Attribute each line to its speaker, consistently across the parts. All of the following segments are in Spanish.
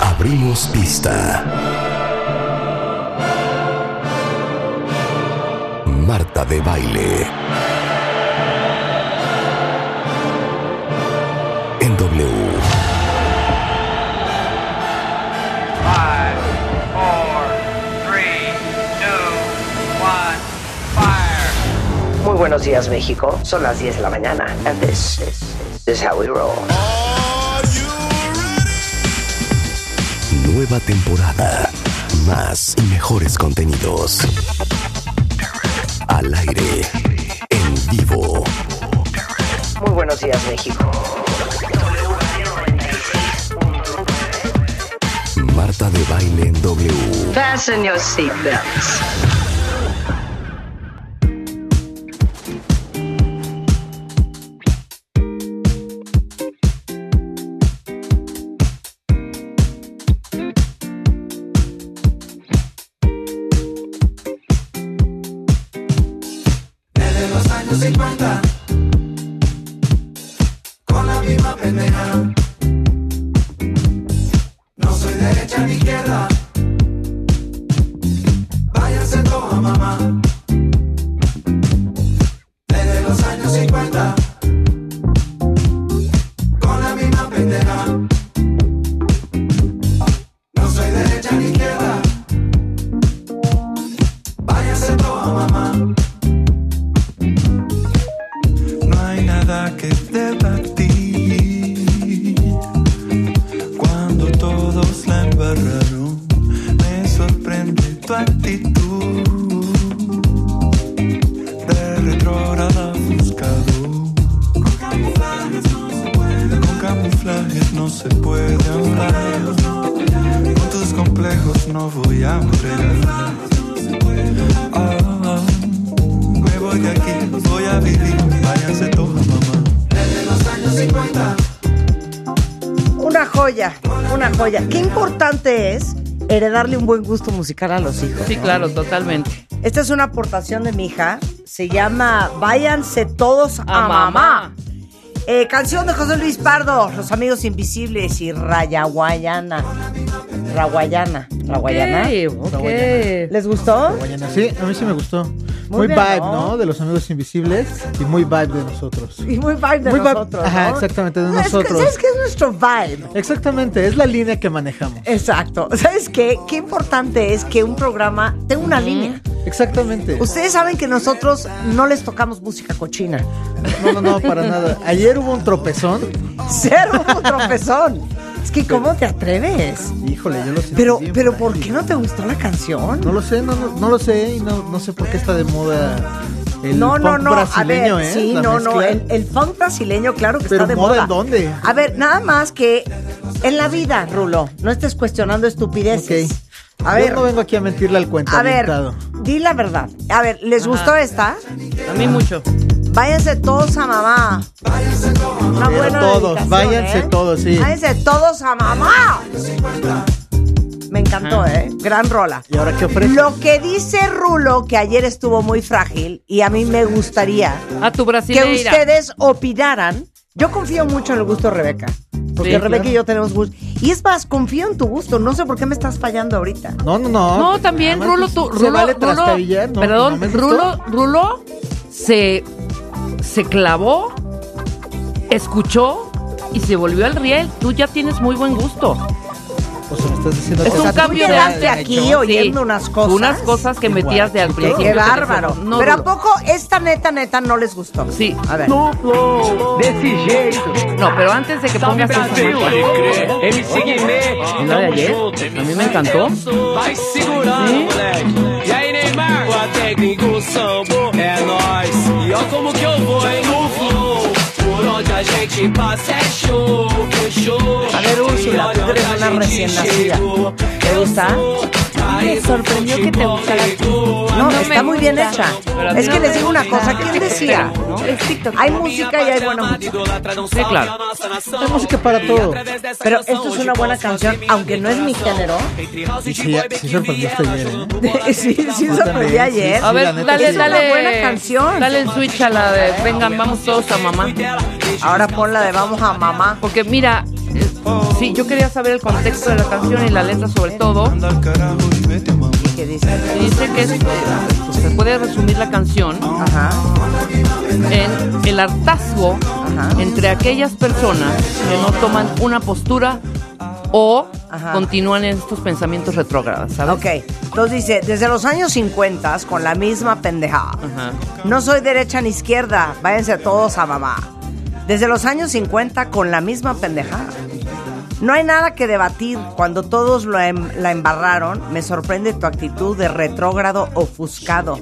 Speaker 1: Abrimos pista. Marta de baile. En W.
Speaker 2: Five, four, three, two, one, fire.
Speaker 3: Muy buenos días, México. Son las 10 de la mañana. And this is, this is how we roll.
Speaker 1: Nueva temporada. Más y mejores contenidos. Al aire. En vivo.
Speaker 3: Muy buenos días, México.
Speaker 1: Marta de baile en W.
Speaker 3: Fasten your seatbelts.
Speaker 4: Desde los años 50 Con la misma pendeja No soy derecha ni izquierda Váyanse todos a mamá Desde los años 50 Con la misma pendeja No soy derecha ni izquierda Váyanse todos a mamá no hay nada que debatir. Cuando todos la embarraron, me sorprende tu actitud. De retrógrada buscado. Con camuflajes no se puede hablar. Con tus complejos no voy a bregar. Ah, ah, me voy de aquí, voy a vivir, váyanse todos, mamá.
Speaker 5: Una joya, una joya. Qué importante es heredarle un buen gusto musical a los hijos.
Speaker 6: Sí, claro, totalmente.
Speaker 5: Esta es una aportación de mi hija. Se llama Váyanse todos a, mamá. Eh, canción de José Luis Pardo, Los Amigos Invisibles y Rayaguayana. Raguayana. Raguayana.
Speaker 6: Ok, ok.
Speaker 5: ¿Les gustó?
Speaker 7: Mañana. Sí, a mí sí me gustó. Muy,
Speaker 5: bien,
Speaker 7: vibe,
Speaker 5: ¿no?
Speaker 7: ¿no? De los amigos invisibles y muy vibe de nosotros.
Speaker 5: Y muy vibe de
Speaker 7: Muy vibe-
Speaker 5: nosotros.
Speaker 7: Ajá,
Speaker 5: ¿no?
Speaker 7: exactamente, de
Speaker 5: Es que-
Speaker 7: nosotros.
Speaker 5: ¿Sabes qué es nuestro vibe?
Speaker 7: Exactamente, es la línea que manejamos.
Speaker 5: Exacto. ¿Sabes qué? Qué importante es que un programa tenga una línea.
Speaker 7: Exactamente.
Speaker 5: Ustedes saben que nosotros no les tocamos música cochina.
Speaker 7: No, no, no, para nada. Ayer hubo un tropezón.
Speaker 5: Cero un tropezón. Es que ¿cómo te atreves?
Speaker 7: Híjole, yo lo sé.
Speaker 5: Pero, pero ¿por qué no te gustó la canción?
Speaker 7: No lo sé, no, no, no lo sé y no, no sé por qué está de moda el
Speaker 5: no, no,
Speaker 7: punk
Speaker 5: no. A ver,
Speaker 7: brasileño, ¿eh?
Speaker 5: sí,
Speaker 7: La
Speaker 5: no, no.
Speaker 7: mezcla.
Speaker 5: El, el funk brasileño, claro que
Speaker 7: Pero
Speaker 5: está de
Speaker 7: ¿moda
Speaker 5: moda.
Speaker 7: en dónde?
Speaker 5: A ver, nada más que en la vida, Rulo, no estés cuestionando estupideces.
Speaker 7: Ok.
Speaker 5: A
Speaker 7: Yo
Speaker 5: ver,
Speaker 7: no vengo aquí a mentirle al cuento.
Speaker 5: a ver, di la verdad. A ver, ¿les gustó esta?
Speaker 6: A mí mucho.
Speaker 5: Váyanse todos a mamá. Una
Speaker 7: Pero
Speaker 5: buena
Speaker 7: todos,
Speaker 5: dedicación,
Speaker 7: váyanse
Speaker 5: ¿eh?
Speaker 7: todos, sí.
Speaker 5: Váyanse todos a mamá. Me encantó, ¿eh? Gran rola.
Speaker 7: ¿Y ahora qué ofrece?
Speaker 5: Lo que dice Rulo, que ayer estuvo muy frágil, y a mí me gustaría
Speaker 6: A tu
Speaker 5: que
Speaker 6: brasileira.
Speaker 5: ustedes opinaran. Yo confío mucho en el gusto de Rebeca. Porque
Speaker 6: Sí,
Speaker 5: Rebeca
Speaker 6: claro.
Speaker 5: y yo tenemos gusto. Y es más, confío en tu gusto. No sé por qué me estás fallando ahorita.
Speaker 7: No, no, no.
Speaker 6: No, también
Speaker 7: Además,
Speaker 6: Rulo, tú,
Speaker 7: se
Speaker 6: Rulo,
Speaker 7: vale
Speaker 6: Rulo-
Speaker 7: trastabillar, ¿no? No
Speaker 6: perdón,
Speaker 7: me gustó.
Speaker 6: Rulo, Rulo se, se clavó, escuchó y se volvió al riel. Tú ya tienes muy buen gusto.
Speaker 7: O sea, me estás diciendo
Speaker 6: Es
Speaker 7: que-
Speaker 5: Pues, O sea,
Speaker 6: un
Speaker 5: tú
Speaker 6: cambio de
Speaker 5: llegaste
Speaker 6: arte.
Speaker 5: aquí oyendo unas cosas.
Speaker 6: Unas cosas que metías de al
Speaker 7: Guachito.
Speaker 6: principio.
Speaker 5: Qué
Speaker 6: que decías,
Speaker 5: bárbaro.
Speaker 6: no,
Speaker 5: Pero ¿a
Speaker 6: Rulo.
Speaker 5: poco esta neta, neta no les gustó?
Speaker 6: Sí.
Speaker 5: A ver.
Speaker 6: No, pero antes de que pongas esa nota,
Speaker 8: Ele segue
Speaker 6: ¿y la de
Speaker 8: pues
Speaker 6: ayer? A mí me encantó.
Speaker 8: Vai segurando, moleque. E aí, Neymar? O técnico o sambo é nós. E ó, como que eu vou, hein? No flow. Por onde a gente passa é show, que show.
Speaker 5: A ver, Úrsula, tú eres una recién nacida. ¿Te gusta?
Speaker 8: Me sorprendió que te gustara.
Speaker 5: No,
Speaker 6: me
Speaker 5: está muy bien
Speaker 6: gusta.
Speaker 5: hecha.
Speaker 6: Pero
Speaker 5: Es
Speaker 6: no
Speaker 5: que
Speaker 6: me
Speaker 5: les digo una
Speaker 6: gusta.
Speaker 5: cosa. ¿Quién decía?
Speaker 6: Es
Speaker 5: Hay música y hay buena música.
Speaker 6: Sí, claro.
Speaker 7: Hay música para todo.
Speaker 5: Pero esto es una buena canción, aunque no es mi género.
Speaker 7: Sí, sí, sí sorprendiste ayer,
Speaker 5: sí,
Speaker 7: ¿eh?
Speaker 5: sí, sorprendí
Speaker 7: También,
Speaker 5: ayer.
Speaker 7: sí,
Speaker 6: A ver,
Speaker 7: la
Speaker 6: Pues,
Speaker 7: neta,
Speaker 6: dale,
Speaker 5: es una
Speaker 6: dale.
Speaker 5: buena canción.
Speaker 6: Dale el switch a la de Vengan, vamos todos a mamá.
Speaker 5: Ahora pon la de Vamos a Mamá.
Speaker 6: Porque mira, eh, sí, yo quería saber el contexto de la canción y la letra sobre todo.
Speaker 9: Anda al carajo y vete, mamá.
Speaker 5: ¿Qué dice?
Speaker 6: Dice que es, eh, pues, se puede resumir la canción
Speaker 5: Ajá,
Speaker 6: en el hartazgo
Speaker 5: Ajá.
Speaker 6: entre aquellas personas que no toman una postura o
Speaker 5: Ajá.
Speaker 6: continúan en estos pensamientos retrógradas, ¿sabes?
Speaker 5: ok. Entonces dice, desde los años 50 con la misma pendejada.
Speaker 6: Ajá.
Speaker 5: No soy derecha ni izquierda, váyanse todos a mamá. Desde los años 50 con la misma pendejada. No hay nada que debatir. Cuando todos lo em- la embarraron, me sorprende tu actitud de retrógrado ofuscado.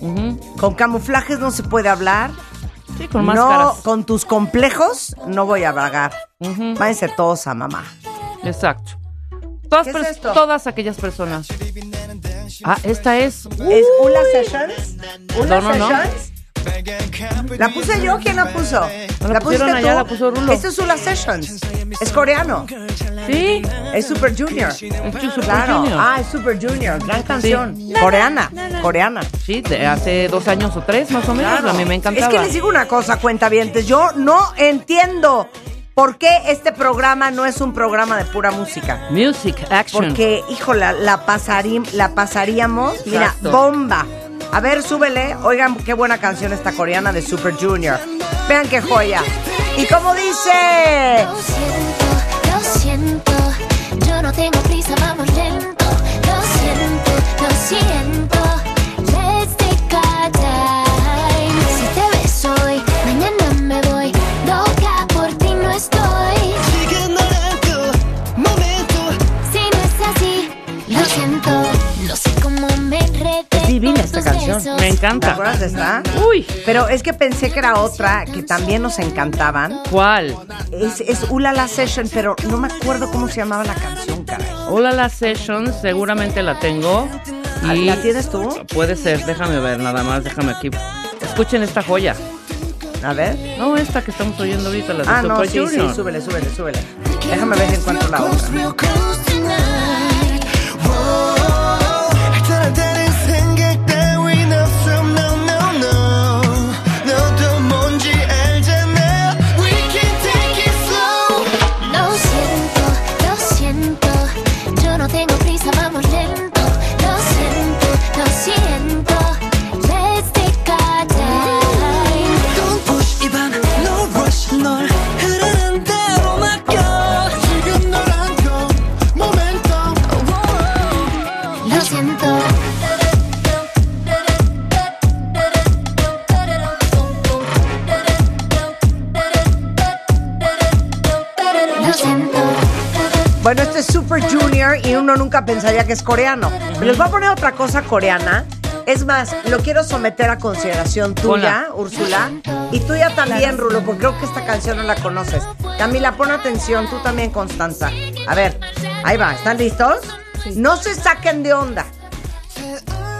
Speaker 6: Ujú.
Speaker 5: Con camuflajes no se puede hablar.
Speaker 6: Sí, con máscaras.
Speaker 5: no, con tus complejos no voy a vagar. Váyanse todos a mamá.
Speaker 6: Exacto. Todas,
Speaker 5: ¿Qué es
Speaker 6: pers-
Speaker 5: esto?
Speaker 6: todas aquellas personas. Ah, esta es.
Speaker 5: ¿Es Ula Sessions? ¿Ula
Speaker 6: No, no, no.
Speaker 5: Sessions? ¿La puse yo? ¿Quién la puso?
Speaker 6: No, la pusieron allá, la puso Rulo.
Speaker 5: Esto es Ula Sessions. Es coreano.
Speaker 6: Sí,
Speaker 5: Es Super Junior.
Speaker 6: es que Super
Speaker 5: Claro.
Speaker 6: Junior.
Speaker 5: Ah, es Super Junior. Gran canción. Coreana. Coreana.
Speaker 6: Sí, de hace dos años o tres más o menos. A mí me encantaba.
Speaker 5: Es que les digo una cosa, cuentavientes. Yo no entiendo por qué este programa no es un programa de pura música.
Speaker 6: Music, action.
Speaker 5: Porque, híjola, la, pasarí- la pasaríamos, mira,
Speaker 6: Exacto.
Speaker 5: bomba. A ver, súbele. Oigan, qué buena canción esta coreana de Super Junior. Vean qué joya. Y como dice...
Speaker 10: Lo siento, lo siento, yo no tengo prisa, vamos lento. Lo siento, lo siento, let's take our time. Si te ves hoy, mañana me voy, loca por ti no estoy. Si no es así, lo siento, no sé cómo me enredé.
Speaker 5: Es divina
Speaker 10: con
Speaker 5: esta
Speaker 10: tus
Speaker 5: canción.
Speaker 10: besos.
Speaker 6: Me
Speaker 5: ¿Te
Speaker 6: encanta.
Speaker 5: acuerdas de esta?
Speaker 6: Uy,
Speaker 5: Pero es que pensé que era otra que también nos encantaban.
Speaker 6: ¿cuál?
Speaker 5: Es, es Ulala Session, pero no me acuerdo cómo se llamaba la canción, caray.
Speaker 6: Hola la session, seguramente la tengo.
Speaker 5: Ah,
Speaker 6: Y
Speaker 5: ¿La tienes tú?
Speaker 6: Puede ser, déjame ver nada más, déjame aquí. Escuchen esta joya.
Speaker 5: A ver.
Speaker 6: No, esta que estamos oyendo ahorita, la de
Speaker 5: Ah, no,
Speaker 6: Super
Speaker 5: sí, sí,
Speaker 6: Junior.
Speaker 5: súbele, súbele, súbele. Déjame ver si encuentro la otra.
Speaker 10: Real close tonight. Lo siento, lo siento, yo no tengo prisa, vamos lento. Lo siento, lo siento, let's take our time. Lo siento. Lo siento.
Speaker 5: Bueno, este es Super Junior y uno nunca pensaría que es coreano. Pero les voy a poner otra cosa coreana. Es más, lo quiero someter a consideración tuya, Úrsula, y tuya también, Rulo, porque creo que esta canción no la conoces. Camila, pon atención, tú también, Constanza. A ver, ahí va, ¿están listos? No se saquen de onda.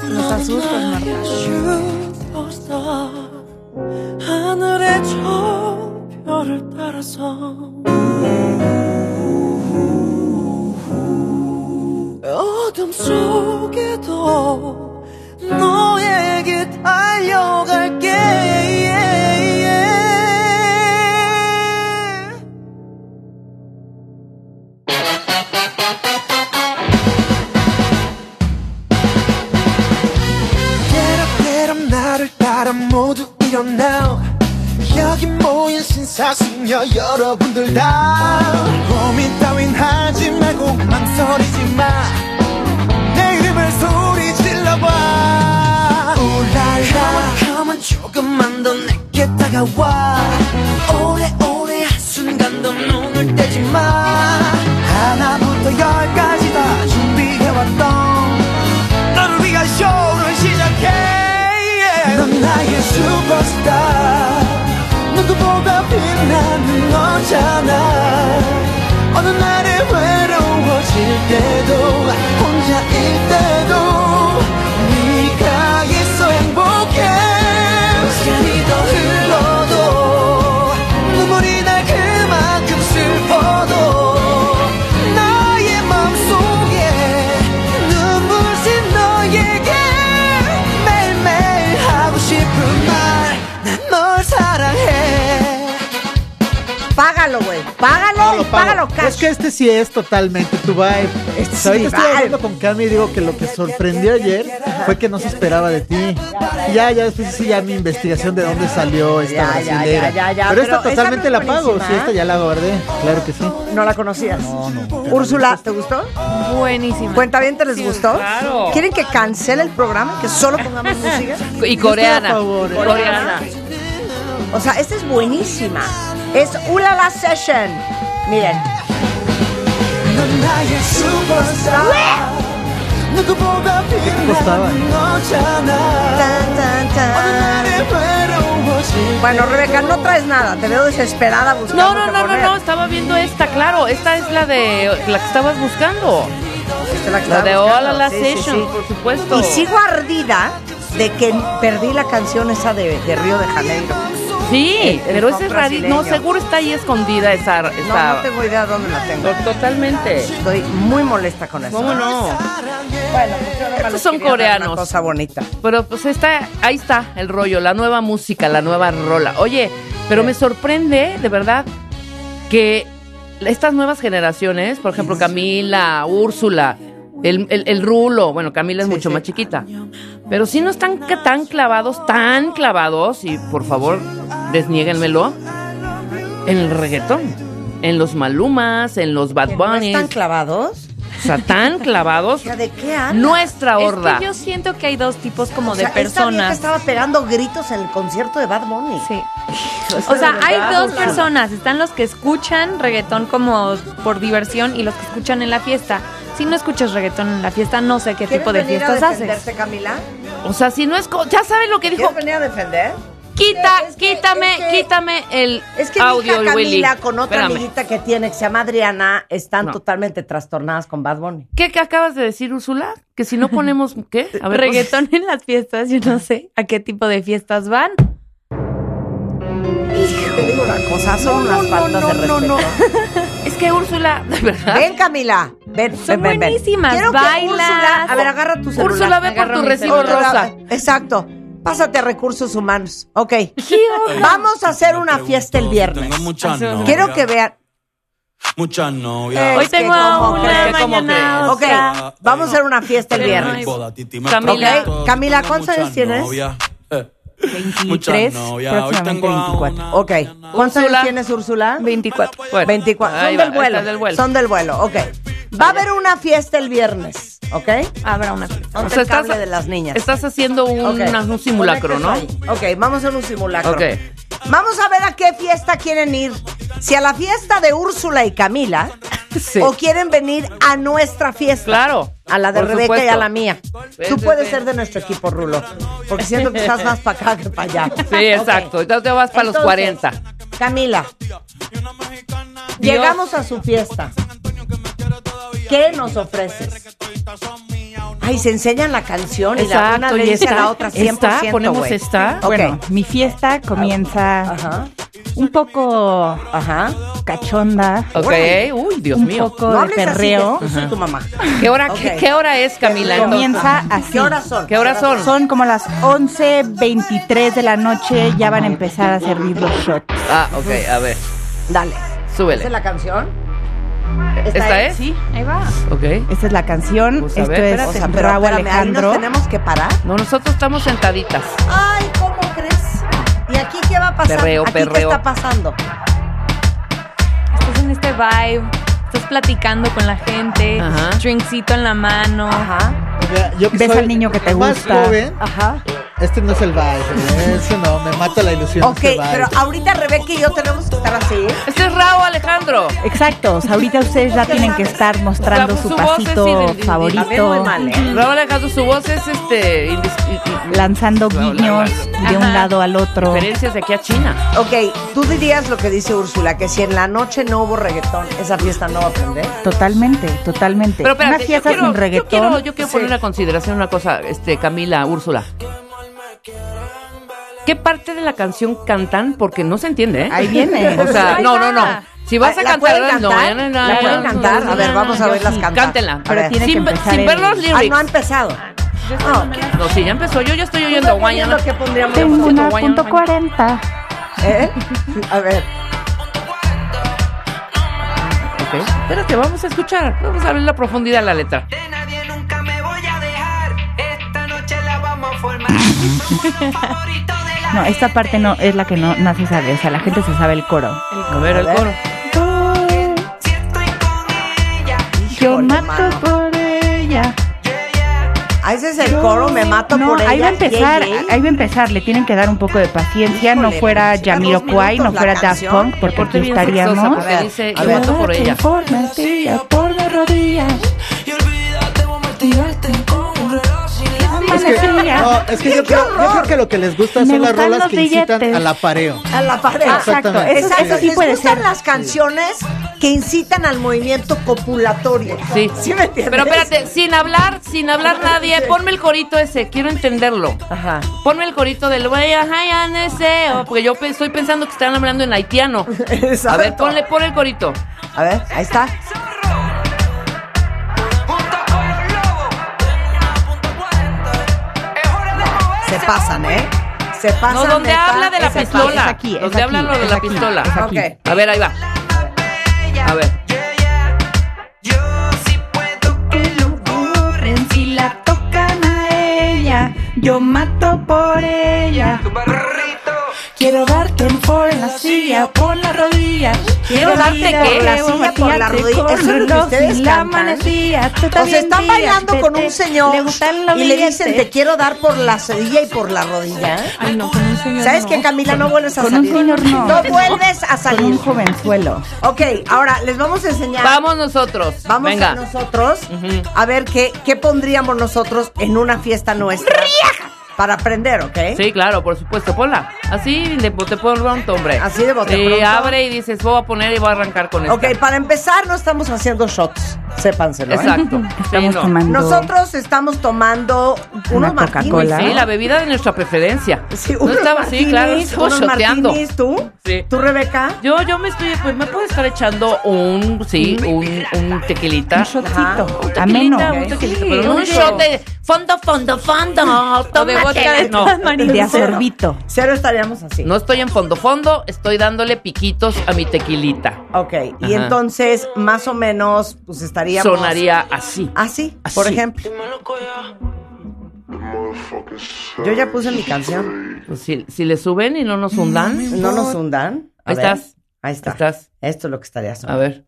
Speaker 11: Nos asustas, Marta.
Speaker 9: 때럼 나를 따라 모두 일어나 여기 모인 신사숙녀 여러분들 다 고민 따윈 하지 말고 망설이지 마내 이름을 소리 질러봐 울랄라 가만 조금만 더 내게 다가와 오래오래 한순간도 눈을 떼지 마 하나부터 열까지 다 준비해왔던 너를 위한 쇼를 시작해 넌 나의 슈퍼스타 누구보다 빛나는 너잖아 어느 날에 외로워질 때도 혼자일 때도 네가 있어 행복해 시간이 더 흘러도 눈물이 날 그만큼 슬퍼도 나의 맘속에 눈부신 너에게 매일매일 하고 싶은 말 난 널 사랑해
Speaker 5: Págalo, güey. Paga Págalo y págalo cash.
Speaker 7: Es que este sí es totalmente tu vibe.
Speaker 5: Este
Speaker 7: O sea,
Speaker 5: sí
Speaker 7: ahorita
Speaker 5: es
Speaker 7: estoy
Speaker 5: vibe.
Speaker 7: hablando con Cami y digo que lo que sorprendió ayer fue que no se esperaba de ti. Y ya, ya después hice ya mi investigación de dónde salió esta
Speaker 5: Ya, ya, ya,
Speaker 7: brasilera.
Speaker 5: ya, ya,
Speaker 7: Pero esta
Speaker 5: pero esta no
Speaker 7: totalmente la
Speaker 5: es
Speaker 7: pago.
Speaker 5: buenísima,
Speaker 7: Sí, esta
Speaker 5: ¿eh?
Speaker 7: ya la guardé. Claro que sí.
Speaker 5: No la conocías.
Speaker 7: No, no.
Speaker 5: Úrsula, ¿te gustó?
Speaker 11: Buenísima.
Speaker 5: ¿Cuenta bien, te les gustó?
Speaker 6: claro.
Speaker 5: ¿Quieren que cancele el programa? ¿Que solo pongamos música?
Speaker 6: Y
Speaker 7: Yo
Speaker 6: coreana.
Speaker 7: estoy a favor, ¿eh?
Speaker 6: Coreana.
Speaker 5: O sea, esta es buenísima. Es Ulala Session. Miren.
Speaker 7: ¿Qué te costaba?
Speaker 5: Tan, tan, tan. Bueno, Rebeca, no traes nada. Te veo desesperada buscando.
Speaker 6: No, no,
Speaker 5: qué
Speaker 6: no, no,
Speaker 5: poner.
Speaker 6: no, estaba viendo esta, claro. Esta es la de la que estabas buscando.
Speaker 5: Esta es que
Speaker 6: La
Speaker 5: estaba
Speaker 6: de
Speaker 5: buscando.
Speaker 6: All la
Speaker 5: Sí, sí,
Speaker 6: Session,
Speaker 5: sí.
Speaker 6: por supuesto.
Speaker 5: Y sigo ardida de que perdí la canción esa de, de Río de Janeiro.
Speaker 6: Sí, pero
Speaker 5: rock
Speaker 6: ese es rarísimo.
Speaker 5: brasileño.
Speaker 6: No, seguro está ahí escondida esa. esa-
Speaker 5: No, no tengo idea dónde la tengo.
Speaker 6: To- Totalmente.
Speaker 5: Estoy muy molesta con eso.
Speaker 6: ¿Cómo no?
Speaker 5: Bueno, pues yo nada más
Speaker 6: Estos
Speaker 5: les
Speaker 6: son
Speaker 5: quería dar
Speaker 6: coreanos.
Speaker 5: Una cosa bonita.
Speaker 6: Pero pues está, ahí está el rollo, la nueva música, la nueva rola. Oye, pero me sorprende, de verdad, que estas nuevas generaciones, por ejemplo, Camila, Úrsula, el, el- el Rulo, bueno, Camila es
Speaker 5: Sí,
Speaker 6: mucho
Speaker 5: sí.
Speaker 6: más chiquita, pero sí no están ca- tan clavados, tan clavados, y por favor, desniéguenmelo, en el reggaetón, en los Malumas, en los Bad
Speaker 5: ¿No
Speaker 6: Bunnies,
Speaker 5: están clavados?
Speaker 6: o sea, tan clavados.
Speaker 5: O sea, ¿de qué hablan?
Speaker 6: Nuestra
Speaker 11: Es
Speaker 6: horda.
Speaker 11: que yo siento que hay dos tipos como
Speaker 5: O sea,
Speaker 11: de
Speaker 5: Esta vieja
Speaker 11: personas.
Speaker 5: estaba pegando gritos en el concierto de Bad Bunny.
Speaker 11: Sí. O sea, hay dos personas. Están los que escuchan reggaetón como por diversión y los que escuchan en la fiesta. Si no escuchas reggaetón en la fiesta, no sé qué
Speaker 5: ¿Quieres
Speaker 11: tipo de
Speaker 5: venir
Speaker 11: fiestas
Speaker 5: a defenderte,
Speaker 11: haces.
Speaker 5: Camila?
Speaker 6: O sea, si no es... co- Ya saben lo que dijo
Speaker 5: ¿Quieres venir a defender?
Speaker 6: Quita,
Speaker 5: Es que-
Speaker 6: quítame,
Speaker 5: es que-
Speaker 6: quítame el
Speaker 5: Es que mi
Speaker 6: audio,
Speaker 5: hija Camila
Speaker 6: Willy.
Speaker 5: con otra
Speaker 6: Espérame.
Speaker 5: amiguita que tiene que se llama Adriana están
Speaker 6: No.
Speaker 5: totalmente trastornadas con Bad Bunny.
Speaker 6: ¿Qué, qué acabas de decir, Úrsula? Que si no ponemos, ¿qué? A ver, pues.
Speaker 11: Reggaetón en las fiestas, yo no sé a qué tipo de fiestas van.
Speaker 5: Te digo una cosa, son unas faltas de respeto.
Speaker 6: pues, es que Úrsula, de verdad.
Speaker 5: Ven, Camila. Ven,
Speaker 11: Son
Speaker 5: ven, ven, ven.
Speaker 11: buenísimas,
Speaker 5: Quiero que
Speaker 11: bailas.
Speaker 5: Úrsula- a ver, agarra tu celular.
Speaker 6: Úrsula, ve por
Speaker 11: agarro
Speaker 6: tu
Speaker 11: mi
Speaker 6: recibo
Speaker 11: celular.
Speaker 6: rosa.
Speaker 5: Exacto. Pásate a recursos humanos. Ok. Vamos a hacer una fiesta el viernes.
Speaker 12: Tengo muchas novias.
Speaker 5: Quiero que Eh, vean.
Speaker 12: Muchas novias.
Speaker 11: Hoy
Speaker 5: Es que
Speaker 11: tengo a
Speaker 5: como
Speaker 11: una
Speaker 5: crees,
Speaker 6: que como
Speaker 11: mañana
Speaker 6: crees.
Speaker 5: Ok,
Speaker 11: otra.
Speaker 5: vamos a hacer una fiesta el
Speaker 11: Pero no
Speaker 5: viernes.
Speaker 11: hay-
Speaker 12: Boda, Titi, me
Speaker 6: Camila.
Speaker 12: preguntó
Speaker 5: Ok,
Speaker 12: si
Speaker 5: Camila,
Speaker 12: tengo
Speaker 5: ¿cuántos años
Speaker 12: muchas
Speaker 5: tienes?
Speaker 12: novias. Eh, muchas
Speaker 11: 23,
Speaker 12: novias. Hoy
Speaker 11: próximamente
Speaker 12: tengo a
Speaker 11: 24.
Speaker 12: una
Speaker 5: Ok. ¿Cuántos años
Speaker 6: Úrsula.
Speaker 5: tienes, Úrsula?
Speaker 11: 24.
Speaker 6: Bueno,
Speaker 5: 24.
Speaker 6: ahí
Speaker 5: Son
Speaker 6: va,
Speaker 5: del vuelo.
Speaker 6: está del vuelo.
Speaker 5: Son del vuelo, ok. Va a haber una fiesta el viernes, ¿ok?
Speaker 11: Habrá una fiesta.
Speaker 5: Ponte el cable de las niñas.
Speaker 6: Estás haciendo un,
Speaker 5: Ok.
Speaker 6: un simulacro, ¿no?
Speaker 5: Conéctate ahí. Ok, vamos a hacer un simulacro.
Speaker 6: Ok.
Speaker 5: Vamos a ver a qué fiesta quieren ir. Si a la fiesta de Úrsula y Camila,
Speaker 6: Sí.
Speaker 5: o quieren venir a nuestra fiesta.
Speaker 6: Claro.
Speaker 5: A la de
Speaker 6: Por
Speaker 5: Rebeca y a
Speaker 6: supuesto.
Speaker 5: la mía.
Speaker 6: Sí,
Speaker 5: Tú
Speaker 6: sí,
Speaker 5: puedes
Speaker 6: sí.
Speaker 5: ser de nuestro equipo, Rulo. Porque siento que estás más para acá que para allá.
Speaker 6: Sí, exacto. Entonces te vas para los 40.
Speaker 5: Camila, llegamos a su fiesta. ¿Qué nos ofreces? Ay, se enseñan la canción y la una le dice a la otra 100%.
Speaker 6: esta, ponemos
Speaker 5: güey.
Speaker 6: esta.
Speaker 5: Ok.
Speaker 3: Bueno, mi fiesta comienza
Speaker 5: Ajá,
Speaker 3: un poco
Speaker 5: ajá.
Speaker 3: cachonda,
Speaker 6: Ah, Ok,
Speaker 5: Órale.
Speaker 6: uy, Dios
Speaker 3: un
Speaker 6: mío.
Speaker 3: poco de perreo.
Speaker 5: así, que soy tu mamá.
Speaker 6: ¿Qué hora,
Speaker 5: Ok.
Speaker 6: qué, qué hora es, Camila? entonces?
Speaker 3: Comienza así.
Speaker 5: ¿Qué horas son?
Speaker 6: ¿Qué horas son?
Speaker 3: Son como las 11.23 de la noche, ya van a empezar a servir los shots.
Speaker 6: Ah, ok, a ver,
Speaker 5: Dale. ¿Esta
Speaker 6: súbele.
Speaker 5: es la canción?
Speaker 6: ¿Esta es?
Speaker 3: Sí, ahí va.
Speaker 6: Ok.
Speaker 3: Esta es la canción,
Speaker 6: Pues a
Speaker 3: esto
Speaker 6: ver,
Speaker 3: es
Speaker 5: O
Speaker 6: espérate,
Speaker 5: sea, pero
Speaker 3: Raúl
Speaker 5: espérame, ahí nos
Speaker 3: Alejandro.
Speaker 5: tenemos que parar.
Speaker 6: No, nosotros estamos sentaditas.
Speaker 5: Ay, ¿cómo crees? ¿Y aquí qué va a pasar?
Speaker 6: Perreo,
Speaker 5: ¿Aquí qué
Speaker 6: perreo.
Speaker 5: está pasando?
Speaker 11: Estás en este vibe, estás platicando con la gente,
Speaker 6: Ajá.
Speaker 11: drinkcito en la mano.
Speaker 5: Ajá.
Speaker 7: O sea, yo que
Speaker 3: Ves
Speaker 7: soy
Speaker 3: al niño que te
Speaker 7: más
Speaker 3: gusta.
Speaker 7: joven,
Speaker 5: Ajá.
Speaker 7: este no es el vibe. Ese no, me mata la ilusión.
Speaker 5: Ok,
Speaker 7: este vibe.
Speaker 5: pero ahorita Rebeca y yo tenemos que estar así.
Speaker 6: Este es Raúl Alejandro.
Speaker 3: Exacto, o sea, ahorita ustedes ya tienen que estar mostrando
Speaker 6: Su
Speaker 3: su
Speaker 6: voz es
Speaker 3: pasito
Speaker 6: identi-
Speaker 5: También muy
Speaker 3: favorito,
Speaker 5: mal, ¿eh?
Speaker 6: Raúl Alejandro, su voz es este. indis- i- i-
Speaker 3: lanzando
Speaker 6: Bla, bla,
Speaker 3: guiños
Speaker 6: bla,
Speaker 11: bla.
Speaker 3: de un
Speaker 11: Ajá.
Speaker 3: lado al otro.
Speaker 6: Referencias de aquí a China.
Speaker 5: Ok, tú dirías lo que dice Úrsula, que si en la noche no hubo reggaetón, esa fiesta no va a aprender.
Speaker 3: Totalmente, totalmente.
Speaker 5: Este,
Speaker 6: Pero espérate,
Speaker 3: Una fiesta
Speaker 6: yo quiero,
Speaker 3: sin
Speaker 6: Yo quiero,
Speaker 3: reggaetón.
Speaker 6: yo quiero poner a consideración una cosa, este, Camila, Úrsula. ¿Qué parte de la canción cantan? Porque no se entiende, ¿eh?
Speaker 3: Ahí viene.
Speaker 6: O sea,
Speaker 11: Ahí
Speaker 6: no,
Speaker 11: va.
Speaker 5: ah,
Speaker 6: no, no. Si vas a
Speaker 5: ¿La
Speaker 6: cantar,
Speaker 5: pueden
Speaker 6: no,
Speaker 5: cantar?
Speaker 6: no, no,
Speaker 5: ¿La
Speaker 6: no,
Speaker 5: pueden
Speaker 6: no,
Speaker 5: cantar?
Speaker 6: no,
Speaker 5: A ver,
Speaker 6: no,
Speaker 5: vamos a
Speaker 6: yo
Speaker 5: verlas
Speaker 6: sí.
Speaker 5: cantar.
Speaker 6: Cántela.
Speaker 5: Pero
Speaker 3: tiene que
Speaker 6: sin, ver-
Speaker 3: empezar
Speaker 6: sin
Speaker 3: el-
Speaker 6: ver los
Speaker 5: Ah, no ha
Speaker 6: lyrics.
Speaker 5: empezado. Ah, ok.
Speaker 6: No, sí, ya empezó. Yo ya estoy oyendo
Speaker 5: Estoy viendo
Speaker 6: Guayana.
Speaker 5: que pondríamos.
Speaker 3: Tengo una
Speaker 6: Guayana,
Speaker 3: punto
Speaker 6: guayana.
Speaker 3: 40.
Speaker 5: ¿Eh? A ver.
Speaker 6: Ok. Espérate, vamos a escuchar. Vamos a ver la profundidad de la letra.
Speaker 3: No, esta parte no es la que no, no se sabe. O sea, la gente se sabe el coro.
Speaker 6: A ver el coro.
Speaker 3: Yo mato por ella.
Speaker 5: Ah, ese es el coro, me mato
Speaker 3: no,
Speaker 5: por
Speaker 3: Ahí va a
Speaker 5: ella,
Speaker 3: empezar,
Speaker 5: yay, yay.
Speaker 3: ahí va a empezar. Le tienen que dar un poco de paciencia. no
Speaker 5: Híjole,
Speaker 3: fuera
Speaker 5: pues, lleva dos
Speaker 3: Jamiroquai, no
Speaker 5: minutos la
Speaker 3: fuera Daft
Speaker 5: canción.
Speaker 3: Punk, porque
Speaker 5: Deporte
Speaker 3: aquí
Speaker 5: bien sexosa,
Speaker 3: estaríamos.
Speaker 5: porque A ver, dice, a
Speaker 3: Yo
Speaker 5: ver.
Speaker 3: mato por ella.
Speaker 13: por las rodillas y olvídate o martillarte con un reloj sin la
Speaker 7: Es que, no, es que yo, creo, yo creo que lo que les gusta
Speaker 3: Me
Speaker 7: son las
Speaker 3: gustan
Speaker 7: rolas
Speaker 3: los
Speaker 7: que incitan
Speaker 3: billetes.
Speaker 7: al apareo.
Speaker 5: A la pared.
Speaker 7: Ah, exacto, Exactamente. eso- eso sí
Speaker 5: Les
Speaker 7: puede
Speaker 5: gustan las canciones que incitan al movimiento copulatorio.
Speaker 6: Sí.
Speaker 5: ¿Sí me entiendes? Ah,
Speaker 6: Pero espérate, sin hablar, sin hablar nadie, ponme el corito ese, quiero entenderlo.
Speaker 5: Ajá.
Speaker 6: Ponme el corito del güey, ajá, ya no sé, o- porque yo pe- estoy pensando que están hablando en haitiano. A ver, ponle, pon el corito.
Speaker 5: A ver, ahí está. Se pasan, ¿eh? Se pasan.
Speaker 6: No, donde
Speaker 5: neta,
Speaker 6: habla de la
Speaker 5: es aquí,
Speaker 6: pistola.
Speaker 5: es aquí, es
Speaker 6: donde
Speaker 5: aquí,
Speaker 6: habla lo de
Speaker 5: es
Speaker 6: la
Speaker 5: aquí,
Speaker 6: pistola.
Speaker 5: es aquí. Ok.
Speaker 6: A ver, ahí va. A ver.
Speaker 13: corren si la tocan a ella. Yo mato por ella. Quiero darte un por en la silla, por las rodillas.
Speaker 5: Quiero darte, ¿qué?
Speaker 13: por la
Speaker 5: Por
Speaker 13: silla,
Speaker 5: la
Speaker 13: por la
Speaker 5: rodilla.
Speaker 13: rodilla.
Speaker 5: Eso es lo que ustedes
Speaker 13: la
Speaker 5: cantan.
Speaker 13: manecilla. Tú
Speaker 5: O sea,
Speaker 13: también
Speaker 5: están
Speaker 13: días,
Speaker 5: bailando con
Speaker 13: vete.
Speaker 5: un señor
Speaker 13: Le gustan los
Speaker 5: y le dicen,
Speaker 13: billetes.
Speaker 5: te quiero dar por la cerilla y por la rodilla.
Speaker 13: Ay, no, con un señor
Speaker 5: ¿Sabes
Speaker 13: no.
Speaker 5: qué, Camila? No vuelves a
Speaker 3: Con un
Speaker 5: salir.
Speaker 3: señor no.
Speaker 5: vuelves a salir.
Speaker 3: Con un jovenzuelo.
Speaker 5: Ok, ahora les vamos a enseñar.
Speaker 6: Vamos nosotros.
Speaker 5: Vamos
Speaker 6: Venga.
Speaker 5: a nosotros a ver qué, qué pondríamos nosotros en una fiesta nuestra. Para aprender, ¿ok?
Speaker 6: Sí, claro, por supuesto, ponla. Así de bote pronto, hombre.
Speaker 5: Así de bote
Speaker 6: Y
Speaker 5: pronto.
Speaker 6: abre y dices, voy a poner y voy a arrancar con esto.
Speaker 5: Ok, para empezar no estamos haciendo shots, sépanselo. ¿eh?
Speaker 6: Exacto.
Speaker 3: Estamos
Speaker 6: no.
Speaker 3: tomando-
Speaker 5: Nosotros estamos tomando unos
Speaker 3: Una Coca-Cola.
Speaker 5: martinis.
Speaker 6: Sí, la bebida de nuestra preferencia. no
Speaker 5: unos
Speaker 6: estaba así, claro,
Speaker 5: martinis,
Speaker 6: estamos
Speaker 5: unos
Speaker 6: shoteando.
Speaker 5: martinis, ¿Tú?
Speaker 6: Sí.
Speaker 5: ¿Tú, Rebeca?
Speaker 6: Yo, yo me estoy, pues me puedo estar echando un, sí, un, un tequilita.
Speaker 3: Un shotcito.
Speaker 6: Tequilita,
Speaker 3: Ameno.
Speaker 6: un tequilita,
Speaker 3: Sí,
Speaker 6: pero un
Speaker 3: rico.
Speaker 6: shot de fondo, fondo, fondo.
Speaker 11: O de vodka de
Speaker 6: Tómate. No,
Speaker 3: De asorbito.
Speaker 5: Cero estaríamos así.
Speaker 6: no estoy en fondo, fondo, estoy dándole piquitos a mi tequilita.
Speaker 5: Ok, y
Speaker 6: Ajá.
Speaker 5: entonces más o menos pues estaríamos...
Speaker 6: Sonaría así.
Speaker 5: Así, por
Speaker 6: Así.
Speaker 5: ejemplo. Yo ya puse mi canción.
Speaker 6: Pues, Si, si le suben y no nos hundan,
Speaker 5: No nos hundan. A
Speaker 6: Ahí
Speaker 5: ver,
Speaker 6: estás.
Speaker 5: Ahí está.
Speaker 6: estás.
Speaker 5: Esto es lo que estaría sonando.
Speaker 6: A ver.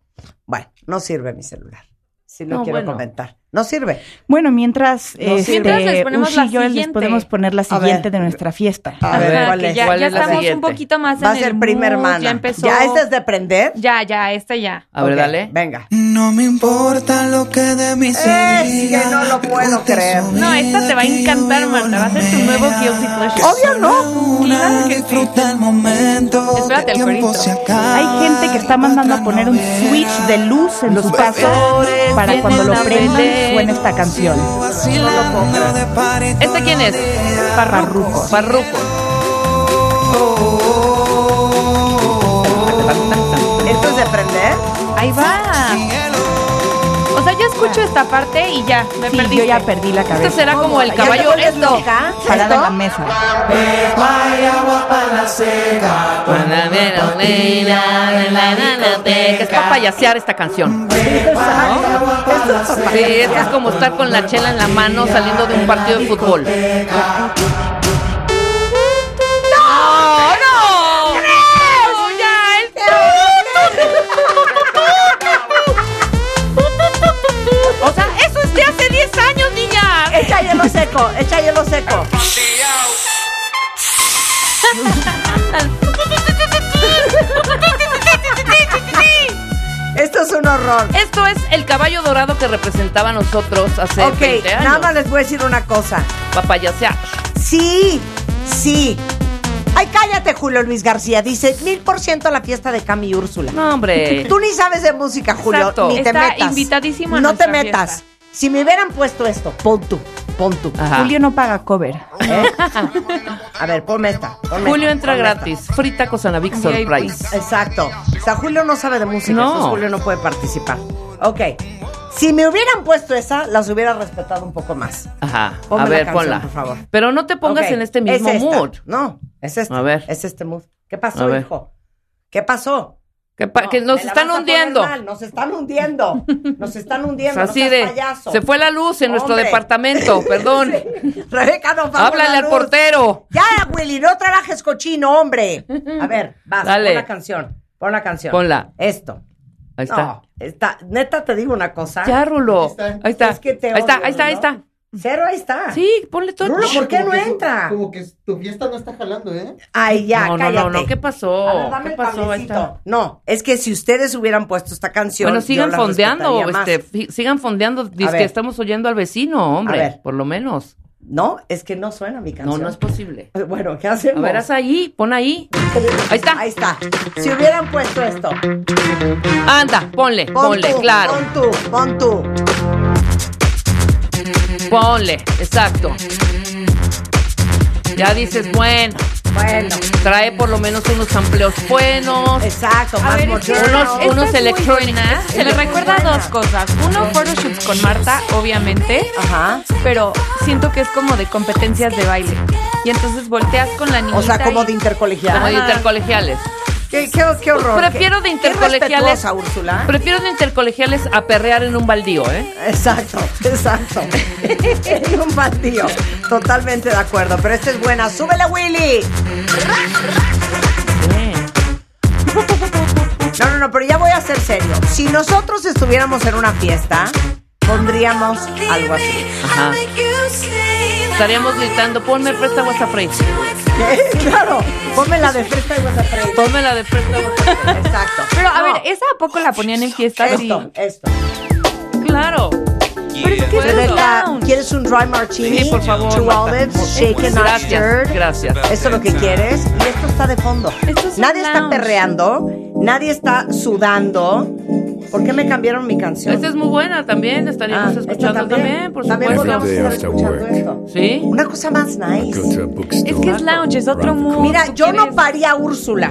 Speaker 5: Bueno, no sirve mi celular. Si lo
Speaker 6: No,
Speaker 5: quiero
Speaker 6: bueno.
Speaker 5: comentar. No sirve.
Speaker 3: Bueno, mientras, este,
Speaker 11: Mientras
Speaker 5: Eh,
Speaker 11: les ponemos
Speaker 3: Ush
Speaker 11: la
Speaker 3: y yo les
Speaker 11: siguiente.
Speaker 3: podemos poner la
Speaker 5: A ver.
Speaker 3: siguiente de nuestra fiesta.
Speaker 5: A ver,
Speaker 11: Ajá,
Speaker 5: ¿cuál
Speaker 11: que
Speaker 5: es?
Speaker 11: Ya,
Speaker 6: ¿Cuál
Speaker 11: ya
Speaker 6: es la
Speaker 11: estamos un
Speaker 6: siguiente?
Speaker 11: poquito más
Speaker 5: Va a
Speaker 11: en el
Speaker 5: ser prima
Speaker 11: mood,
Speaker 5: hermana.
Speaker 11: Ya empezó.
Speaker 5: ¿Ya esta es de prender?
Speaker 11: Ya, ya, esta ya.
Speaker 6: A ver,
Speaker 5: Ok,
Speaker 6: dale.
Speaker 5: Venga.
Speaker 12: No me importa lo que de mí se
Speaker 5: Es
Speaker 12: diga.
Speaker 5: que no lo puedo creer.
Speaker 11: No, esta te va a encantar, Marta. Va a ser tu nuevo guilty pleasure.
Speaker 5: Obvio no.
Speaker 11: Claro que sí.
Speaker 12: Disfruta el momento.
Speaker 11: Espérate, el
Speaker 12: tiempo
Speaker 11: corito.
Speaker 12: se acaba.
Speaker 3: Hay gente que está mandando a poner un switch de luz en su casa
Speaker 6: vapores
Speaker 3: para cuando lo
Speaker 6: vienen a
Speaker 3: prendan
Speaker 6: prender.
Speaker 3: suena esta canción.
Speaker 11: ¿Este
Speaker 6: ¿Esta quién es?
Speaker 3: Parruco.
Speaker 6: Parruco.
Speaker 5: ¿Esto es de prender?
Speaker 11: Ahí va. O sea, yo escucho esta parte y ya, me
Speaker 3: Sí,
Speaker 11: perdí.
Speaker 3: yo ya perdí la
Speaker 6: Este
Speaker 3: cabeza.
Speaker 6: será como el
Speaker 5: ¿Ya te
Speaker 6: caballo.
Speaker 5: vuelves
Speaker 6: Esto.
Speaker 5: loca?
Speaker 3: Parada en la
Speaker 5: ¿Esto?
Speaker 3: mesa.
Speaker 6: Es para payasear esta canción. Sí, esto es como estar con la chela en la mano saliendo de un partido de fútbol. ¡No! ¡No! ¡No! ¡Ya! el- O sea, eso es de hace 10 años, niña.
Speaker 5: Echa hielo seco, echa hielo seco. Esto es un horror.
Speaker 6: Esto es el caballo dorado que representaba a nosotros hace
Speaker 5: ok,
Speaker 6: 20 años.
Speaker 5: nada más les voy a decir una cosa.
Speaker 6: Papayasear.
Speaker 5: Sí, sí. Ay, cállate, Julio Luis García. Dice mil por ciento a la fiesta de Cami y Úrsula.
Speaker 6: No, hombre.
Speaker 5: Tú ni sabes de música, Julio.
Speaker 6: Exacto.
Speaker 5: Ni te
Speaker 11: Está
Speaker 5: metas.
Speaker 11: invitadísimo a
Speaker 5: No te
Speaker 11: nuestra
Speaker 5: metas.
Speaker 11: fiesta.
Speaker 5: Si me hubieran puesto esto, pon tú, pon tú.
Speaker 6: Ajá.
Speaker 3: Julio no paga cover.
Speaker 5: ¿eh? A ver, ponme esta. ponme
Speaker 6: Julio
Speaker 5: esta,
Speaker 6: entra
Speaker 5: ponme esta.
Speaker 6: gratis. Frita con Sanavik Surprise.
Speaker 5: Exacto. O sea, Julio no sabe de música,
Speaker 6: No.
Speaker 5: entonces Julio no puede participar. Ok. Si me hubieran puesto esa, las hubiera respetado un poco más.
Speaker 6: Ajá.
Speaker 5: Ponme
Speaker 6: a
Speaker 5: la
Speaker 6: ver,
Speaker 5: canción,
Speaker 6: ponla.
Speaker 5: por favor.
Speaker 6: Pero no te pongas
Speaker 5: Ok,
Speaker 6: en este mismo
Speaker 5: es esta.
Speaker 6: mood.
Speaker 5: No, es este.
Speaker 6: A ver.
Speaker 5: Es este mood. ¿Qué
Speaker 6: A
Speaker 5: pasó,
Speaker 6: ver.
Speaker 5: hijo? ¿Qué pasó?
Speaker 6: Que, pa- que nos
Speaker 5: me la
Speaker 6: están
Speaker 5: vas a poner
Speaker 6: hundiendo.
Speaker 5: mal, nos están hundiendo. Nos están
Speaker 6: O sea,
Speaker 5: hundiendo.
Speaker 6: así
Speaker 5: no
Speaker 6: de.
Speaker 5: seas payaso.
Speaker 6: Se fue la luz en nuestro
Speaker 5: Hombre.
Speaker 6: departamento, perdón.
Speaker 5: Rebeca, no vamos
Speaker 6: Háblale
Speaker 5: la
Speaker 6: al
Speaker 5: luz.
Speaker 6: portero.
Speaker 5: Ya, Willy, no trabajes cochino, hombre. A ver, vas,
Speaker 6: Dale.
Speaker 5: pon la canción. Pon la canción.
Speaker 6: Ponla.
Speaker 5: Esto.
Speaker 6: Ahí está.
Speaker 5: No, está. Neta, te digo una cosa.
Speaker 6: Ya, Rulo. Ahí está.
Speaker 5: Es que te
Speaker 6: Ahí está,
Speaker 5: odio,
Speaker 6: ahí está, ahí
Speaker 5: Rulo.
Speaker 6: está.
Speaker 5: Cero, ahí está.
Speaker 6: Sí, ponle todo.
Speaker 5: Rulo, ¿por qué
Speaker 7: Como
Speaker 5: no
Speaker 7: que eso-
Speaker 5: entra?
Speaker 7: Como que tu fiesta no está jalando, ¿eh?
Speaker 5: Ay, ya,
Speaker 6: No, no,
Speaker 5: cállate.
Speaker 6: no, no, ¿qué pasó?
Speaker 5: A ver, dame
Speaker 6: ¿Qué
Speaker 5: el
Speaker 6: pasó? Ahí
Speaker 5: cablecito.
Speaker 6: está.
Speaker 5: No, es que si ustedes hubieran puesto esta canción.
Speaker 6: Bueno,
Speaker 5: yo
Speaker 6: sigan
Speaker 5: la
Speaker 6: fondeando,
Speaker 5: respetaría más.
Speaker 6: este, fi- sigan fondeando, dice
Speaker 5: ver.
Speaker 6: que estamos oyendo al vecino, hombre,
Speaker 5: A ver.
Speaker 6: por lo menos.
Speaker 5: No, es que no suena mi canción.
Speaker 6: No, no es posible.
Speaker 5: Bueno, ¿qué hacemos?
Speaker 6: A ver, haz ahí, pon ahí. Ahí está.
Speaker 5: Ahí está. Si hubieran puesto esto.
Speaker 6: Anda, ponle, ponle,
Speaker 5: tú,
Speaker 6: claro.
Speaker 5: Pon tú, pon tú.
Speaker 6: Ponle, exacto. Ya dices, bueno.
Speaker 5: Bueno.
Speaker 6: Trae por lo menos unos sampleos buenos.
Speaker 5: Exacto,
Speaker 11: A ver,
Speaker 5: este
Speaker 11: es que
Speaker 6: unos,
Speaker 11: esta
Speaker 6: unos
Speaker 11: es muy
Speaker 6: electrónicos.
Speaker 11: buena. Se le recuerda dos cosas. Uno, photoshoots con Marta, obviamente.
Speaker 5: Ajá.
Speaker 11: Pero siento que es como de competencias de baile. Y entonces volteas con la niña.
Speaker 5: O sea, como de intercolegial.
Speaker 6: Como de intercolegiales.
Speaker 5: ¿Qué, qué, qué horror.
Speaker 6: Prefiero
Speaker 5: qué-
Speaker 6: de
Speaker 5: qué
Speaker 6: intercolegiales.
Speaker 5: respetuosa, Úrsula.
Speaker 6: Prefiero de intercolegiales a perrear en un baldío, ¿eh?
Speaker 5: Exacto, exacto. en un baldío. Totalmente de acuerdo. Pero esta es buena. ¡Súbela, Willy! No, no, no, pero ya voy a ser serio. Si nosotros estuviéramos en una fiesta, pondríamos algo así.
Speaker 6: Ajá. Estaríamos gritando, ponme presta agua freight.
Speaker 5: claro, ponme la de Fresca y Guasafrey.
Speaker 6: Ponme la de presta aguas a freír".
Speaker 5: Exacto.
Speaker 11: Pero a
Speaker 5: No,
Speaker 11: ver, ¿esa a poco la ponían en fiestas?
Speaker 5: esto, esto.
Speaker 6: Claro.
Speaker 11: Pero es que es
Speaker 5: Rebeca,
Speaker 11: down.
Speaker 5: ¿quieres un dry martini?
Speaker 6: Sí, por favor.
Speaker 5: Two
Speaker 6: Marta.
Speaker 5: olives, shake and
Speaker 6: Gracias,
Speaker 5: mustard.
Speaker 6: gracias.
Speaker 5: Esto es lo que quieres. Y esto está de fondo.
Speaker 11: Esto es un
Speaker 5: Nadie está
Speaker 11: lounge.
Speaker 5: perreando. Nadie está sudando. ¿Por qué me cambiaron mi canción?
Speaker 6: Esta Este es muy buena también,
Speaker 5: Ah,
Speaker 6: estaríamos
Speaker 5: esta
Speaker 6: escuchando también, por
Speaker 5: También
Speaker 6: supuesto.
Speaker 5: podríamos estar
Speaker 1: After
Speaker 5: escuchando
Speaker 1: work.
Speaker 5: esto.
Speaker 6: Sí.
Speaker 5: Una cosa más nice.
Speaker 11: Es que es lounge, es otro mundo.
Speaker 5: Mira,
Speaker 11: ¿Tú
Speaker 5: yo no
Speaker 11: quieres?
Speaker 5: parí a Úrsula.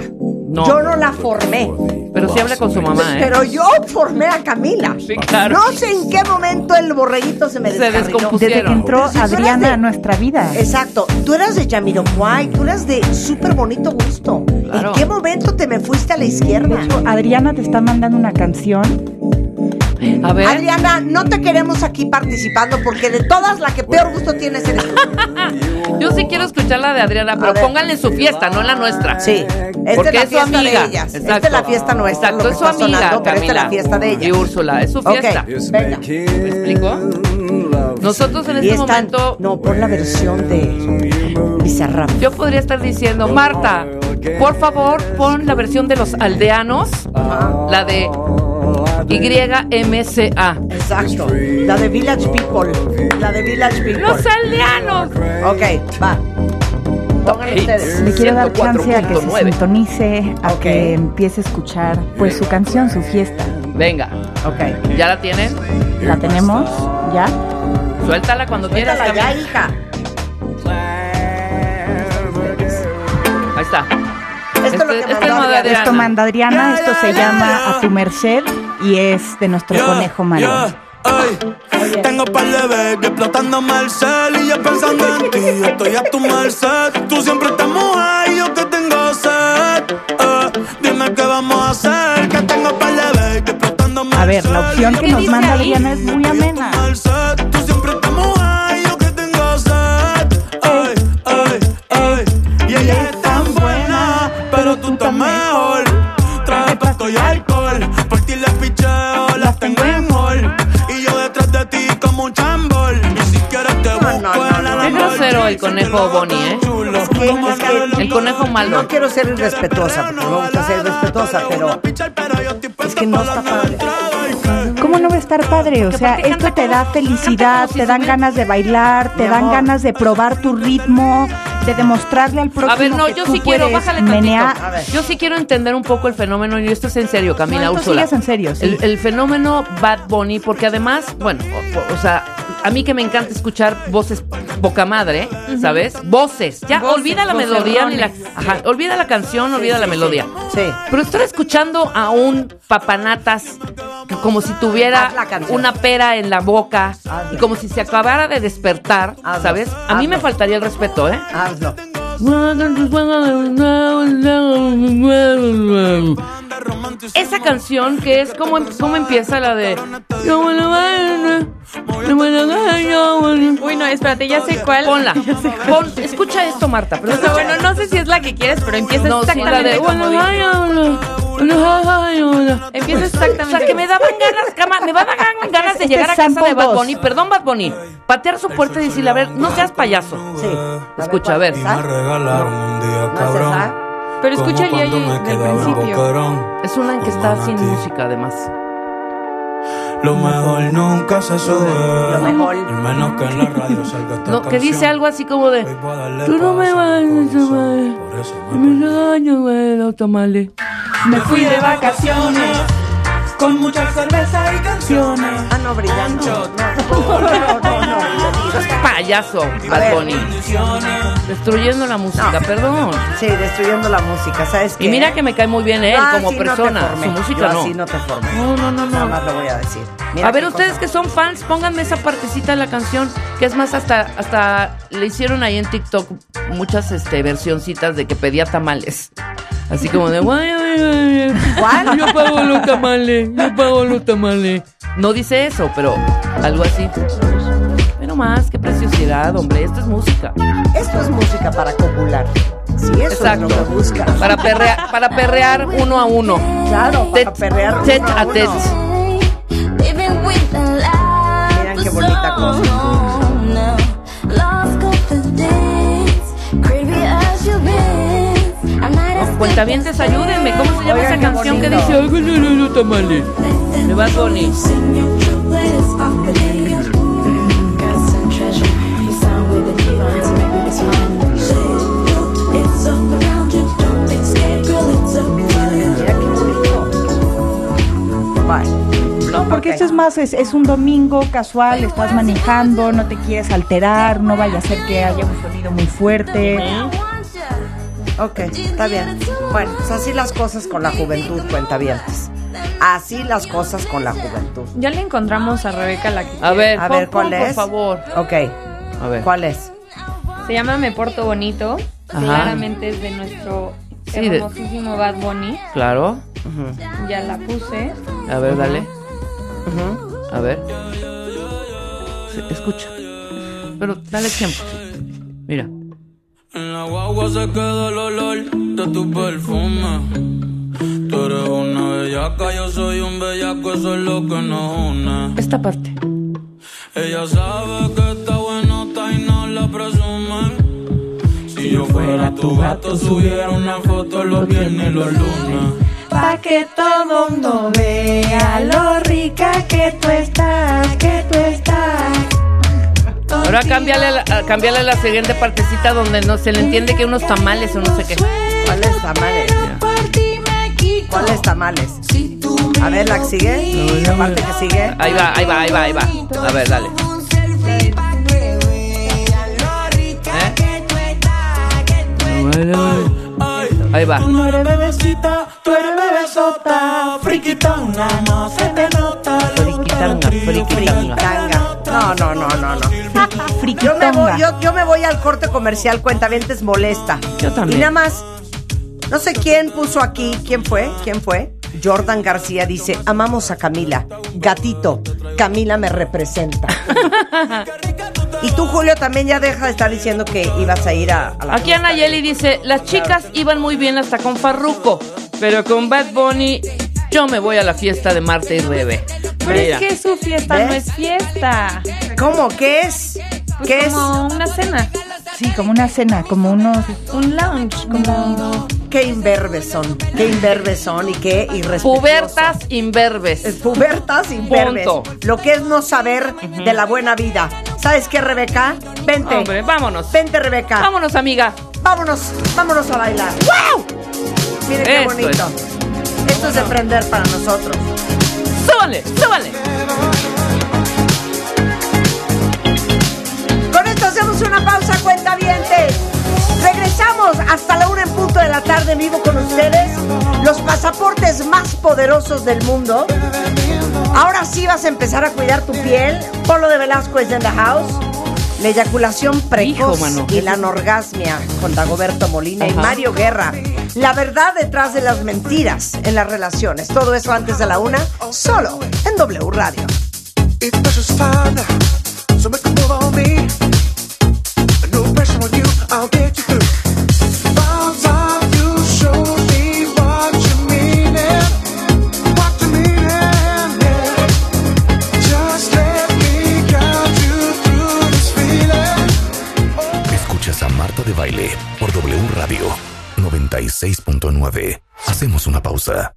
Speaker 6: No.
Speaker 5: Yo no la formé.
Speaker 6: Pero sí habla con su mamá, ¿eh?
Speaker 5: Pero yo formé a Camila.
Speaker 6: Sí, claro.
Speaker 5: No sé en qué momento el borreguito se me
Speaker 6: Se
Speaker 5: descarriló.
Speaker 6: descompusieron.
Speaker 3: Desde que entró
Speaker 5: Pero si fueras de-
Speaker 3: Adriana a nuestra vida.
Speaker 5: Exacto. Tú eras de Yamiroquai, tú eras de súper bonito gusto.
Speaker 6: Claro.
Speaker 5: ¿En qué momento te me fuiste a la izquierda?
Speaker 3: Adriana te está mandando una canción.
Speaker 6: A ver.
Speaker 5: Adriana, no te queremos aquí participando porque de todas la que peor gusto tienes eres tú.
Speaker 6: Yo sí quiero escuchar la de Adriana, pero
Speaker 5: ver.
Speaker 6: pónganle en su fiesta, no en la nuestra.
Speaker 5: Sí. Esta
Speaker 6: Porque
Speaker 5: es la
Speaker 6: es su
Speaker 5: fiesta
Speaker 6: amiga.
Speaker 5: de ellas. Esta
Speaker 6: Exacto.
Speaker 5: es la fiesta nuestra.
Speaker 6: Exacto,
Speaker 5: lo que
Speaker 6: es su
Speaker 5: está
Speaker 6: amiga,
Speaker 5: sonando, pero esta es la
Speaker 6: Camila.
Speaker 5: fiesta de
Speaker 6: Y
Speaker 5: ellas.
Speaker 6: Úrsula, es su
Speaker 5: Ok,
Speaker 6: fiesta.
Speaker 5: venga.
Speaker 6: ¿Me explico? Nosotros en
Speaker 5: Y
Speaker 6: este
Speaker 5: esta,
Speaker 6: momento,
Speaker 5: no, pon la versión de Bizarrap.
Speaker 6: yo podría estar diciendo, Marta, por favor, pon la versión de los aldeanos, la de YMCA.
Speaker 5: Exacto. La de Village People. La de Village People.
Speaker 6: ¡Los aldeanos!
Speaker 5: Ok, va. Pongan ustedes.
Speaker 3: Le quiero dar chance a que se
Speaker 6: 104.9.
Speaker 3: sintonice, a
Speaker 5: Ok.
Speaker 3: que empiece a escuchar pues su canción, su fiesta.
Speaker 6: Venga,
Speaker 5: Ok.
Speaker 6: ¿ya la tienen?
Speaker 3: La tenemos ya.
Speaker 6: Suéltala cuando quieras.
Speaker 5: Suéltala ya,
Speaker 6: Camila.
Speaker 5: hija.
Speaker 6: Ahí está.
Speaker 5: Esto es lo
Speaker 6: Este-
Speaker 5: que
Speaker 6: este es
Speaker 5: mandó Adriana.
Speaker 3: Esto manda Adriana, esto se llama A tu merced y es de nuestro conejo malo.
Speaker 4: ey. Tengo par de vegas explotando Marcel y yo pensando en ti. yo Estoy a tu merced. Tú siempre estás mojada y yo te tengo sed. Eh, dime qué vamos a hacer. Que tengo par de vegas explotando Marcel.
Speaker 3: A ver, la opción que
Speaker 11: ¿Qué
Speaker 3: nos
Speaker 11: dice
Speaker 3: manda
Speaker 11: ahí?
Speaker 3: Adriana es muy amena.
Speaker 4: Tú siempre estás mojada y yo te tengo sed. Ey, ey, ey. Y ella es tan buena, pero tú estás mejor. Traje pasto y alcohol. Por ti las picheo, las tengo en hall. Y yo detrás de ti como un chambol. Y si quieres te busco en la
Speaker 6: Es grosero el conejo Bonnie, ¿eh? El conejo malo.
Speaker 5: No quiero ser irrespetuosa, porque me gusta ser irrespetuosa, pero es que no está padre.
Speaker 3: ¿Cómo no va a estar padre? O
Speaker 6: Porque
Speaker 3: sea,
Speaker 6: aparte
Speaker 3: esto
Speaker 6: canta
Speaker 3: te da
Speaker 6: como- canta
Speaker 3: felicidad,
Speaker 6: como si
Speaker 3: te dan
Speaker 6: estuviera-
Speaker 3: ganas de bailar, te
Speaker 5: Mi
Speaker 3: dan
Speaker 5: amor.
Speaker 3: ganas de probar tu ritmo, de demostrarle al próximo
Speaker 6: A ver, no,
Speaker 3: que
Speaker 6: yo
Speaker 3: tú
Speaker 6: sí quiero,
Speaker 3: puedes
Speaker 6: bájale
Speaker 3: menear.
Speaker 6: tantito. Yo sí quiero entender un poco el fenómeno, y esto es en serio, Camila
Speaker 3: No, esto sí
Speaker 6: Úrsula.
Speaker 3: es en serio, sí.
Speaker 6: El, el fenómeno Bad Bunny, porque además, bueno, o, o sea, a mí que me encanta escuchar voces boca madre, ¿sabes? Voces. Ya,
Speaker 11: Voces,
Speaker 6: olvida la melodía, ni la,
Speaker 11: vocerrones.
Speaker 6: ajá, olvida la canción, olvida la melodía.
Speaker 5: Sí.
Speaker 6: Pero estar escuchando a un papanatas que como si
Speaker 5: Haz la
Speaker 6: tuviera
Speaker 5: canción.
Speaker 6: una pera en la boca
Speaker 5: Hazlo.
Speaker 6: y como si se acabara de despertar,
Speaker 5: Hazlo,
Speaker 6: ¿sabes? A mí
Speaker 5: hazlo.
Speaker 6: me faltaría el respeto, ¿eh?
Speaker 5: Hazlo.
Speaker 6: Esa canción que es
Speaker 11: em,
Speaker 6: como, como empieza la de...
Speaker 11: Uy, no, espérate, ya sé cuál.
Speaker 6: Ponla. Pon- escucha esto, Marta. Pero
Speaker 11: O sea, bueno, no sé si es la que quieres, pero empieza
Speaker 6: No, sí, la
Speaker 11: exactamente
Speaker 6: de-
Speaker 11: como dice. Empieza exactamente.
Speaker 6: Pues, O sea, que me daban ganas, cama- me daban gan- ganas de
Speaker 11: Este
Speaker 6: llegar a
Speaker 11: es
Speaker 6: casa de
Speaker 11: Sample
Speaker 6: Bad
Speaker 11: dos.
Speaker 6: Bunny. Perdón, Bad Bunny. Patear su puerta y decirle, a ver, no seas payaso. Sí. Escucha, a ver.
Speaker 4: regalaron un día cabrón.
Speaker 6: Pero
Speaker 4: Como
Speaker 6: escucha el
Speaker 4: cuando
Speaker 6: yayi
Speaker 4: me
Speaker 6: del
Speaker 4: quedaba un
Speaker 6: principio.
Speaker 4: boquerón.
Speaker 6: Es una que está sin música, además.
Speaker 4: Lo mejor nunca se sube.
Speaker 6: Lo mejor.
Speaker 4: Al menos que en la radio salga esta
Speaker 6: No, que
Speaker 4: canción.
Speaker 6: dice algo así como de... Tú no me vas a Me daño, güey, los tamales.
Speaker 13: Me fui de vacaciones con mucha cerveza y canciones.
Speaker 5: Ah, no, brillando.
Speaker 6: Payaso, Bad
Speaker 5: ver.
Speaker 6: Bunny. Destruyendo la música, perdón.
Speaker 5: Sí, destruyendo la música, ¿sabes qué?
Speaker 6: Y mira que me cae muy bien él
Speaker 5: Ah,
Speaker 6: como
Speaker 5: sí, no te
Speaker 6: persona.
Speaker 5: formé.
Speaker 6: Su música
Speaker 5: Yo
Speaker 6: no.
Speaker 5: así no te formé.
Speaker 6: No, no, no, no.
Speaker 5: Nada más lo voy a decir. Mira
Speaker 6: a ver,
Speaker 5: qué
Speaker 6: ustedes que son fans, pónganme esa partecita de la canción, que es más, hasta, hasta le hicieron ahí en TikTok muchas este, versioncitas de que pedía tamales. Así como de, "Guay, guay, guay, guay, Yo pago los tamales, yo pago los tamales. No dice eso, pero algo así. Pero más, qué preciosidad, hombre, esto es música.
Speaker 5: Esto es música para copular. Sí, eso
Speaker 6: Exacto.
Speaker 5: es lo que busca.
Speaker 6: Para perrear, para perrear uno a uno.
Speaker 5: Claro, para perrear
Speaker 6: Tet
Speaker 5: uno a
Speaker 6: a
Speaker 5: uno.
Speaker 6: tet.
Speaker 5: Miren qué bonita cosa.
Speaker 6: Cuentavientes, ayúdenme. ¿Cómo se llama
Speaker 10: Oigan,
Speaker 6: esa
Speaker 10: qué
Speaker 6: canción que
Speaker 10: bonito.
Speaker 6: dice? "Ay, no, no, no, tamales. De Bad Bunny.
Speaker 3: No, porque esto es más, es, es un domingo casual, estás manejando, no te quieres alterar, no vaya a ser que haya un sonido muy fuerte.
Speaker 5: Ok, está bien. Bueno, pues así las cosas con la juventud, cuentavientes. Así las cosas con la juventud.
Speaker 11: Ya le encontramos a Rebeca la que
Speaker 6: A ver,
Speaker 5: A ver, ¿cuál es?
Speaker 11: Por favor.
Speaker 5: Ok.
Speaker 6: A ver.
Speaker 5: ¿Cuál es?
Speaker 11: Se llama Me Porto Bonito.
Speaker 6: Ajá.
Speaker 11: Claramente es de nuestro
Speaker 6: Sí, de-
Speaker 11: hermosísimo Bad Bunny.
Speaker 6: Claro.
Speaker 11: Ya la puse.
Speaker 6: A ver, dale. A ver. Se- Escucha. Pero dale tiempo. Mira.
Speaker 4: En la guagua se queda el olor de tu perfume. Tú eres una bellaca, yo soy un bellaco, eso es lo que nos une.
Speaker 6: Esta parte.
Speaker 4: Ella sabe que está buenota y no la presumen. Si yo fuera tu gato, subiera una foto los viernes y los lunes.
Speaker 13: Pa' que todo mundo vea lo rica que tú estás, que tú estás.
Speaker 6: Ahora cámbiale la, a- cámbiale la siguiente partecita donde no se le entiende que unos tamales o no sé qué.
Speaker 5: ¿Cuáles tamales? ¿Cuáles tamales? A ver, la que sigue. La parte que sigue.
Speaker 6: Ahí va, ahí va, ahí va, ahí va. A ver, dale. ¿Eh? Ahí va.
Speaker 13: Tú no eres bebecita, tú eres bebesota, friquita una no se te nota.
Speaker 6: Friquitanga, friquitanga.
Speaker 5: Tanga. No, no, no, no, no. Yo me voy, yo, yo me voy al corte comercial, cuentavientes molesta.
Speaker 6: Yo también.
Speaker 5: Y nada más, no sé quién puso aquí, quién fue, quién fue. Jordan García dice, amamos a Camila, gatito, Camila me representa. y tú, Julio, también ya deja de estar diciendo que ibas a ir a, a la...
Speaker 6: Aquí Anayeli dice, las chicas iban muy bien hasta con Farruko, pero con Bad Bunny yo me voy a la fiesta de Marta y Rebe.
Speaker 11: Pero es
Speaker 6: Mira.
Speaker 11: que su fiesta
Speaker 5: ¿Ves?
Speaker 11: no es fiesta.
Speaker 5: ¿Cómo? ¿Qué es?
Speaker 11: Pues
Speaker 5: ¿Qué es?
Speaker 11: como una cena,
Speaker 3: Sí, como una cena, como unos...
Speaker 11: un lounge, como
Speaker 5: Qué imberbes son, qué imberbes son y qué irrespetuosos.
Speaker 6: Pubertas imberbes.
Speaker 5: Es pubertas imberbes.
Speaker 6: Punto.
Speaker 5: Lo que es no saber de la buena vida. ¿Sabes qué, Rebeca? Vente.
Speaker 6: Hombre, vámonos.
Speaker 5: Vente, Rebeca.
Speaker 6: Vámonos, amiga.
Speaker 5: Vámonos, vámonos a bailar. ¡Wow! Miren qué
Speaker 6: Esto
Speaker 5: bonito. Esto es de prender para nosotros.
Speaker 6: Súbale, súbale.
Speaker 5: Con esto hacemos una pausa, cuenta dientes. Regresamos hasta la una en punto de la tarde en vivo con ustedes. Los pasaportes más poderosos del mundo. Ahora sí vas a empezar a cuidar tu piel. Polo de Velasco es en the house. La eyaculación precoz
Speaker 6: Hijo, mano.
Speaker 5: y la anorgasmia con Dagoberto Molina y
Speaker 6: Ajá.
Speaker 5: Mario Guerra. La verdad detrás de las mentiras en las relaciones. Todo eso antes de la una, solo en W Radio.
Speaker 7: If pressure's fine, so make a move on me. No pressure on you, I'll get you through. By the time you show me what you mean it, what you mean it, yeah. Just let me guide you through this feeling.
Speaker 1: Escuchas a Marta de Baile por W Radio 96.9. Hacemos una pausa.